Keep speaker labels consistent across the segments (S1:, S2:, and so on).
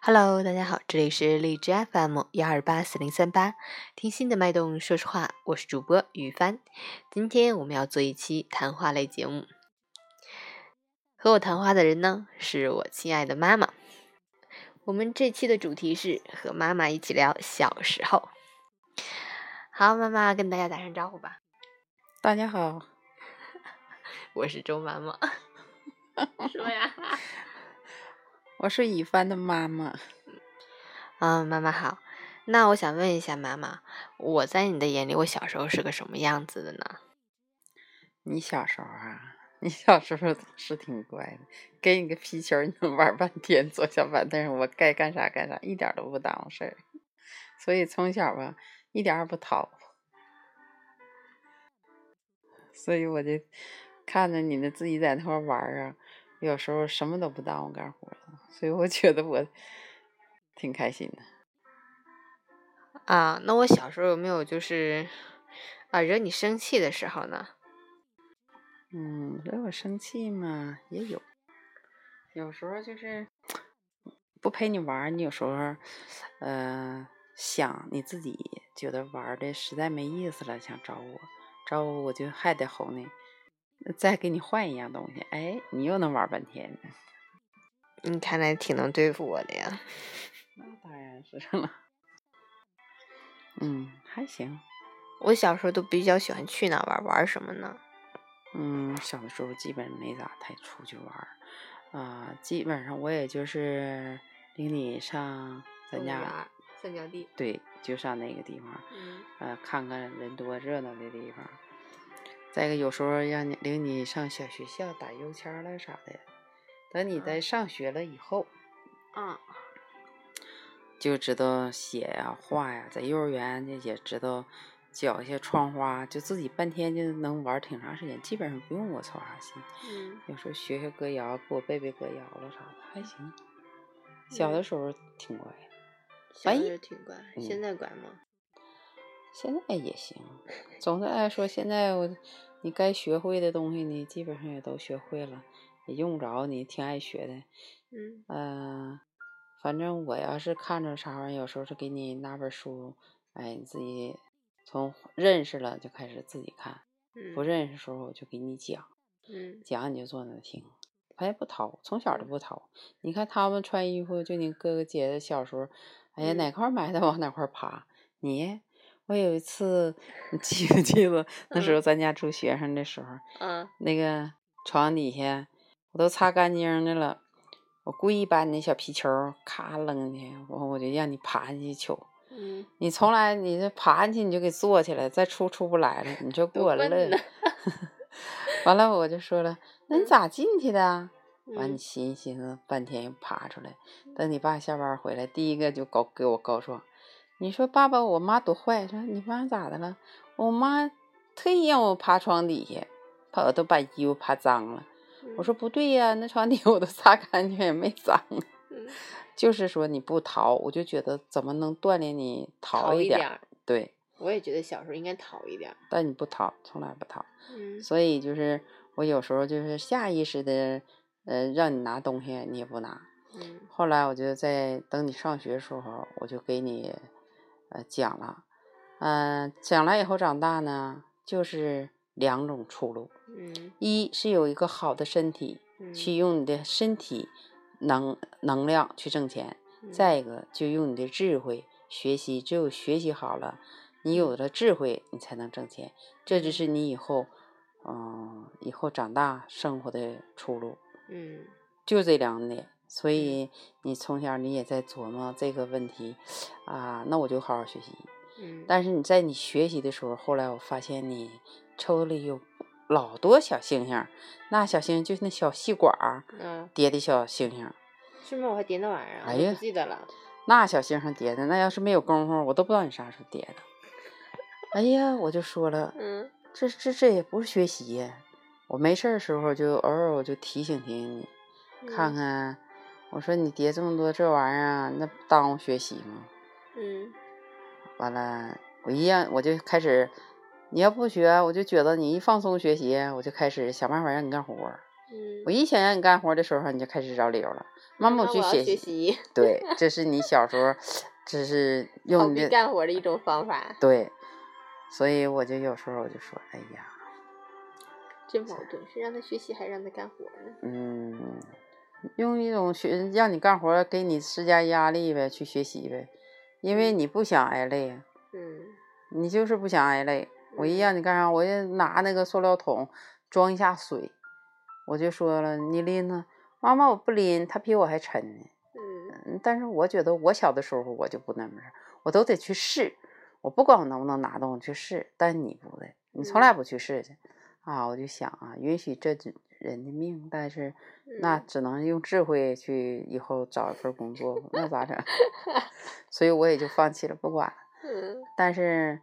S1: Hello，大家好，这里是荔枝 FM 幺二八四零三八，听心的脉动，说实话，我是主播雨帆。今天我们要做一期谈话类节目，和我谈话的人呢是我亲爱的妈妈。我们这期的主题是和妈妈一起聊小时候。好，妈妈跟大家打声招呼吧，
S2: 大家好，
S1: 我是周妈 妈。说呀，
S2: 我是以帆的妈妈。
S1: 嗯，妈妈好。那我想问一下妈妈，我在你的眼里，我小时候是个什么样子的呢？
S2: 你小时候啊，你小时候是挺乖的，给你个皮球儿，你能玩半天，坐小板凳上，我该干啥干啥，一点儿都不耽误事儿。所以从小吧，一点儿也不淘。所以我就看着你的自己在那块儿玩儿啊，有时候什么都不耽误干活儿，所以我觉得我挺开心的。
S1: 啊，那我小时候有没有就是啊惹你生气的时候呢？
S2: 嗯，惹我生气嘛也有，有时候就是不陪你玩儿，你有时候，呃，想你自己觉得玩儿的实在没意思了，想找我，找我我就还得哄你，再给你换一样东西，哎，你又能玩儿半天 呢。
S1: 你看来挺能对付我的呀。
S2: 那当然是了。 嗯，还行。
S1: 我小时候都比较喜欢去哪儿玩儿玩儿什么呢？
S2: 嗯，小的时候基本没咋太出去玩儿，啊、基本上我也就是领你上咱家，
S1: 三角地。
S2: 对，就上那个地方，
S1: 嗯
S2: 呃，看看人多热闹的地方。再一个，有时候让你领你上小学校打秋千儿了啥的。等你在上学了以后，
S1: 嗯
S2: 就知道写呀、画呀，在幼儿园就也知道搅一些窗花，就自己半天就能玩儿挺长时间，基本上不用我操啥心。
S1: 嗯
S2: 有时候学学歌谣，给我背背歌谣了啥的，还行。小
S1: 嗯
S2: 的时候挺乖的，
S1: 小
S2: 哎
S1: 时候挺乖，现
S2: 嗯
S1: 在乖吗？
S2: 现在也行。总的来说，现在我你该学会的东西，你基本上也都学会了，也用不着你挺爱学的。
S1: 嗯
S2: 嗯，反正我要是看着啥玩意儿，有时候是给你拿本书，哎，你自己从认识了就开始自己看，
S1: 嗯，
S2: 不认识的时候我就给你讲。
S1: 嗯
S2: 讲你就坐那儿听，他也不淘，从小就不淘。你看他们穿衣服，就你哥哥姐姐小时候，哎呀
S1: 嗯
S2: 哪块儿买的往哪块儿爬。你，我有一次，你记不记得那时候咱家住学生的时候，
S1: 嗯
S2: 那个床底下我都擦干净的了，我故意把你那小皮球儿咔扔进去，我我就让你爬进去求。
S1: 嗯，
S2: 你从来你这爬进去你就给坐起来，再出出不来了，你 就给
S1: 多
S2: 我
S1: 笨
S2: 乐
S1: 呐。
S2: 完了我就 说了，那你
S1: 嗯
S2: 咋进去的啊？完
S1: 嗯
S2: 你寻思寻思半天又爬出来，等你爸下班回来，第一个就告给我告状，你说爸爸我妈多坏，说你妈咋的了？我妈特意让我爬床底下，怕我都把衣服爬脏了。我说不对呀、那床底下我都擦干净也没脏啊。
S1: 嗯
S2: 就是说你不淘，我就觉得怎么能锻炼你淘
S1: 淘
S2: 一
S1: 一
S2: 点？
S1: 点儿，
S2: 对，
S1: 我也觉得小时候应该淘一点儿。
S2: 但你不淘，从来不淘。
S1: 嗯
S2: 所以就是我有时候就是下意识的，呃，让你拿东西你也不拿。
S1: 嗯
S2: 后来我就在等你上学的时候，我就给你，呃，讲了，嗯、讲了以后长大呢，就是两种出路，
S1: 嗯
S2: 一是有一个好的身体，
S1: 嗯，
S2: 去用你的身体能能量去挣钱，
S1: 嗯
S2: 再一个就用你的智慧学习，只有学习好了，你有了智慧，你才能挣钱。这就是你以后，嗯，以后长大生活的出路，
S1: 嗯
S2: 就这两点。所以你从小你也在琢磨这个问题，啊，那我就好好学习。
S1: 嗯，
S2: 但是你在你学习的时候，后来我发现你抽里有老多小星星儿，那小星星就是那小细管儿
S1: 嗯
S2: 叠的小星星儿，
S1: 是吗？我还点那玩意儿啊，
S2: 哎
S1: 我都
S2: 呀
S1: 不记得了。
S2: 那小星星叠的，那要是没有功夫，我都不知道你啥时候叠的。哎呀，我就说了，
S1: 嗯
S2: 这这这也不是学习呀。我没事儿的时候就偶尔我就提醒提醒你，看
S1: 嗯
S2: 看，我说你叠这么多这玩意儿啊，那不耽误学习吗？
S1: 嗯
S2: 完了，我一样我就开始，你要不学，我就觉得你一放松学习，我就开始想办法让你干活儿。
S1: 嗯
S2: 我一想让你干活的时候，你就开始找理由了。妈妈，
S1: 那
S2: 去
S1: 我要
S2: 学
S1: 学。习，
S2: 对，这是你小时候，这是
S1: 逃
S2: 用你
S1: 避
S2: 的
S1: 干活的一种方法，
S2: 对，所以我就有时候我就说，哎呀，
S1: 真矛盾，是让他学习还是让他干活呢？
S2: 嗯，用一种学让你干活儿，给你施加压力呗，去学习呗，因为你不想挨累，啊
S1: 嗯
S2: 你就是不想挨累。我一
S1: 嗯
S2: 让你干啥，我就拿那个塑料桶装一下水，我就说了，你拎呢？妈妈，我不拎，它比我还沉呢。
S1: 嗯
S2: 嗯，但是我觉得我小的时候我就不那么事儿，我都得去试，我不管我能不能拿动，我去试。但你不对，你
S1: 嗯
S2: 从来不去试去，啊，我就想啊，允许这只人的命，但是那
S1: 嗯
S2: 只能用智慧去以后找一份工作，那 咋整？所以我也就放弃了，不管了。
S1: 嗯
S2: 但是，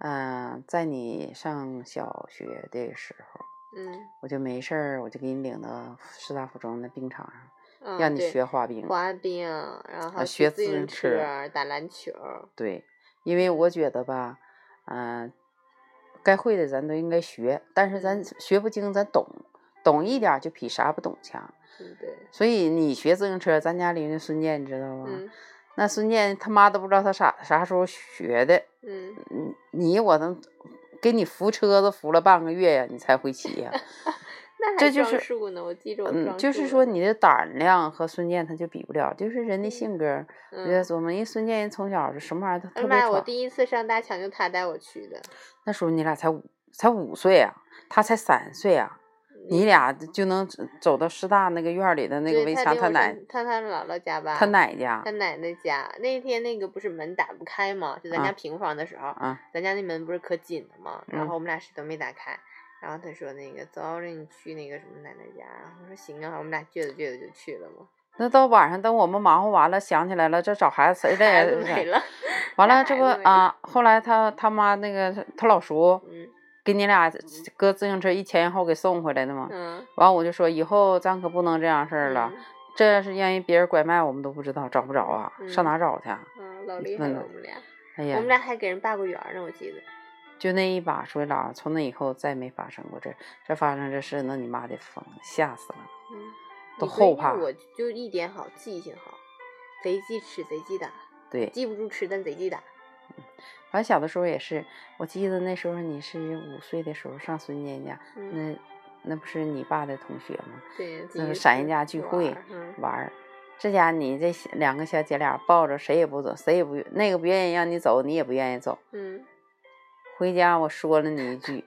S2: 嗯、在你上小学的时候，
S1: 嗯
S2: 我就没事儿，我就给你领到师大附中的冰场上，
S1: 嗯，
S2: 让你
S1: 对
S2: 学滑冰。
S1: 滑冰，然后骑
S2: 学
S1: 自
S2: 自
S1: 行
S2: 行车
S1: 车、打篮球，
S2: 对，因为我觉得吧，嗯、该会的咱都应该学，但是咱
S1: 嗯
S2: 学不精，咱懂，懂一点儿就比啥不懂强。
S1: 嗯对，
S2: 所以你学自行车，咱家邻居孙健，你知道吗？
S1: 嗯
S2: 那孙健他妈都不知道他啥啥时候学的，
S1: 嗯
S2: 你你我能给你扶车子扶了半个月呀、你才会 骑呀、
S1: 那还
S2: 这就
S1: 装
S2: 是
S1: 树呢，我记着我
S2: 嗯，
S1: 装
S2: 就是
S1: 树
S2: 说
S1: 了
S2: 你的胆量和孙健他就比不了，就是人的性格儿。我觉得
S1: 嗯
S2: 琢磨，人孙健人从小就什么玩意儿都
S1: 哎
S2: 特
S1: 呀
S2: 别
S1: 妈呀！我
S2: 闯
S1: 第一次上大强就他带我去的，
S2: 那时候你俩才五才五岁啊，他才三岁啊，你俩就能走走到师大那个院儿里的那个
S1: 对
S2: 围
S1: 他
S2: 墙，
S1: 领
S2: 他
S1: 我
S2: 奶
S1: 上他他姥姥家吧，
S2: 他奶家
S1: 他奶奶家那天那个不是门打不开嘛，就咱家
S2: 啊
S1: 平房的时候，
S2: 啊，
S1: 咱家那门不是可紧了嘛，然
S2: 嗯
S1: 后我们俩谁都没打开。然后他说那个走，我领你去那个什么奶奶家。然后我说行啊，我们俩倔着倔着就去了嘛。
S2: 那到晚上等我们忙活完了，想起来了，这找孩子谁累
S1: 孩
S2: 呀
S1: 子
S2: 是
S1: 没了，
S2: 完
S1: 带
S2: 了这
S1: 孩
S2: 不
S1: 子没了
S2: 啊，后来他他妈那个他老叔
S1: 嗯
S2: 给你俩搁自行车一前一后给送回来的嘛。
S1: 嗯，
S2: 完我就说以后咱可不能这样事儿了，
S1: 嗯
S2: 这要是让人别人拐卖我们都不知道找不着啊，
S1: 嗯
S2: 上哪找去啊？
S1: 嗯，老厉害
S2: 嗯
S1: 了我们俩，我
S2: 哎呀，
S1: 们俩还给人罢过园儿呢，我记得。
S2: 就那一把水喇，从那以后再没发生过这这发生这事，那你妈得疯，吓死了。
S1: 嗯，
S2: 都
S1: 你闺
S2: 后
S1: 女
S2: 怕
S1: 我就一点好，记性好，贼记吃，贼记打，
S2: 对，
S1: 记不住吃，但贼记打。
S2: 反正小的时候也是，我记得那时候你是五岁的时候上孙坚家，
S1: 嗯，
S2: 那那不是你爸的同学吗？
S1: 对，自
S2: 那
S1: 己
S2: 是嗯闪
S1: 吃
S2: 人家聚
S1: 玩
S2: 会
S1: 儿嗯
S2: 玩儿，这家你这小两个小姐俩抱着，谁也不走，谁也不那个不愿意让你走，你也不愿意走。
S1: 嗯
S2: 回家我说了你一句，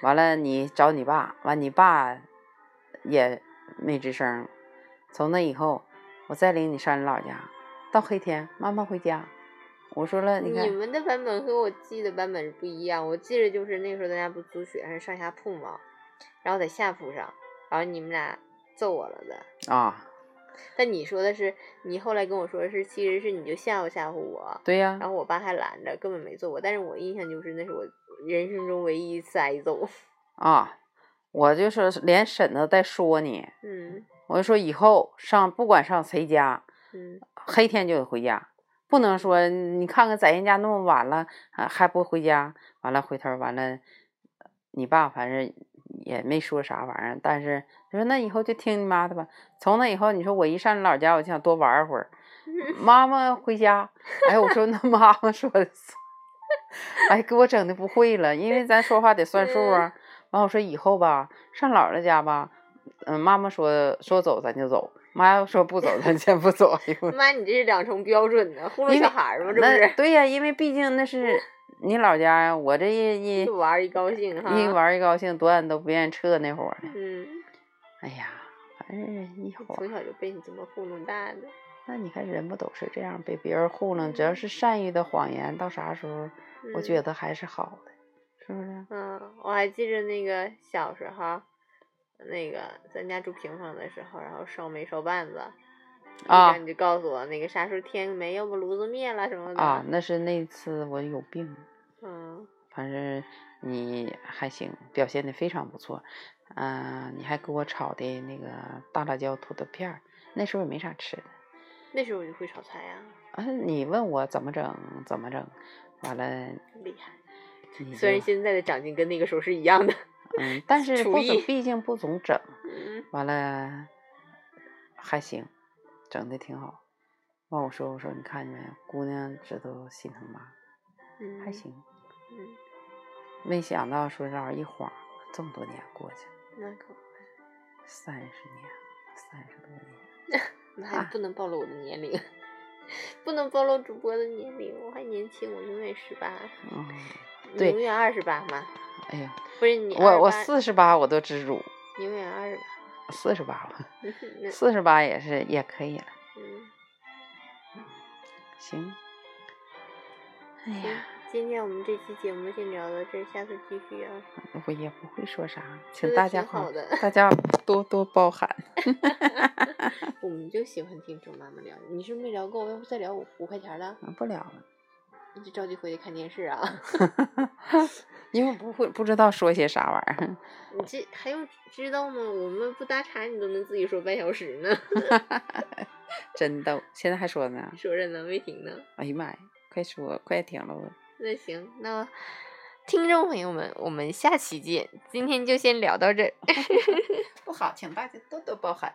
S2: 完了你找你爸，完你爸也没吱声。从那以后，我再领你上你姥家，到黑天妈妈回家。我说了，你看
S1: 你们的版本和我记的版本是不一样。我记着就是那时候咱家不租雪山上下铺嘛，然后在下铺上，然后你们俩揍我了的。
S2: 啊，
S1: 但你说的是，你后来跟我说的是，其实是你就吓唬吓唬我，
S2: 对呀、
S1: 然后我爸还拦着，根本没揍我。但是我印象就是那是我人生中唯一一次挨揍。
S2: 啊，我就是连婶子带说你，
S1: 嗯
S2: 我就说以后上不管上谁家，
S1: 嗯
S2: 黑天就得回家，不能说你看看在人家那么晚了，啊、还不回家，完了回头完了，你爸反正也没说啥玩意儿，但是他说那以后就听你妈的吧。从那以后，你说我一上你姥家，我就想多玩会儿，妈妈回家，哎，我说那妈妈说的是，哎，给我整的不会了，因为咱说话得算数啊。完，我说以后吧，上姥姥家吧，嗯，妈妈说说走咱就走，妈要说不走咱先不走。哎呦我
S1: 妈，你这是两重标准呢，糊弄
S2: 因为
S1: 小孩儿吗？这不
S2: 那
S1: 是
S2: 对呀、因为毕竟那是你老家呀，我这一一
S1: 一玩儿一高兴哈。
S2: 一玩儿一高兴，多远都不愿意撤那会儿呢。
S1: 嗯，
S2: 哎呀，反正人一伙
S1: 从小就被你这么糊弄大的。
S2: 那你看人不都是这样被别人糊弄？只要
S1: 嗯
S2: 是善意的谎言，到啥时候我觉
S1: 得，
S2: 得还是好的，是不是？
S1: 嗯，我还记着那个小时候，那个咱家住平房的时候，然后烧煤烧bàn子，
S2: 啊
S1: 你就告诉我那个啥时候天没，要不炉子灭了什么的。
S2: 啊，那是那次我有病，
S1: 嗯
S2: 反正你还行，表现的非常不错。嗯、你还给我炒的那个大辣椒土豆片儿，那时候也没啥吃的。
S1: 那时候我就会炒菜呀、
S2: 啊，你问我怎么整，怎么整，完了
S1: 厉害。
S2: 你
S1: 虽然
S2: 就
S1: 现在的长进跟那个时候是一样的。
S2: 嗯，但是
S1: 厨
S2: 不
S1: 艺
S2: 总，毕竟不总整，
S1: 嗯
S2: 完了还行，整的挺好。完我说我说你看见没有，姑娘这都心疼妈，
S1: 嗯
S2: 还。行。
S1: 嗯，
S2: 没想到说这玩意儿一晃这么多年过去了，
S1: 那可
S2: 三十年，三十多年。
S1: 那还
S2: 啊
S1: 不能暴露我的年龄， 不能暴露主播的年龄，我还年轻，我永远十八，
S2: 嗯，
S1: 你
S2: 对
S1: 永远二十八嘛，
S2: 哎呀，
S1: 不是你
S2: 我我
S1: 28
S2: 四十八我都知足，
S1: 你永远二十八，
S2: 四十八了，
S1: 嗯那
S2: 四十八也是也可以了。
S1: 嗯，
S2: 行，哎
S1: 行
S2: 呀，，
S1: 今天我们这期节目先聊到这儿，下次继续啊，
S2: 我也不会说啥，
S1: 说
S2: 请
S1: 得
S2: 大家
S1: 挺好
S2: 伙
S1: 的，
S2: 大家多多包涵。
S1: 我们就喜欢听周妈妈聊，你是不是没聊够，要不再聊五五块钱了，
S2: 嗯不聊了，
S1: 你就着急回去看电视啊，
S2: 因为不会不知道说些啥玩意儿。
S1: 你这还用知道吗？我们不搭茬你都能自己说半小时呢，
S2: 真逗，现在还说呢。
S1: 说着呢没停呢。
S2: 哎呀妈呀，快说，快停了，
S1: 那行，那听众朋友们，我们下期见。今天就先聊到这儿，
S2: 不好，请大家多多包涵。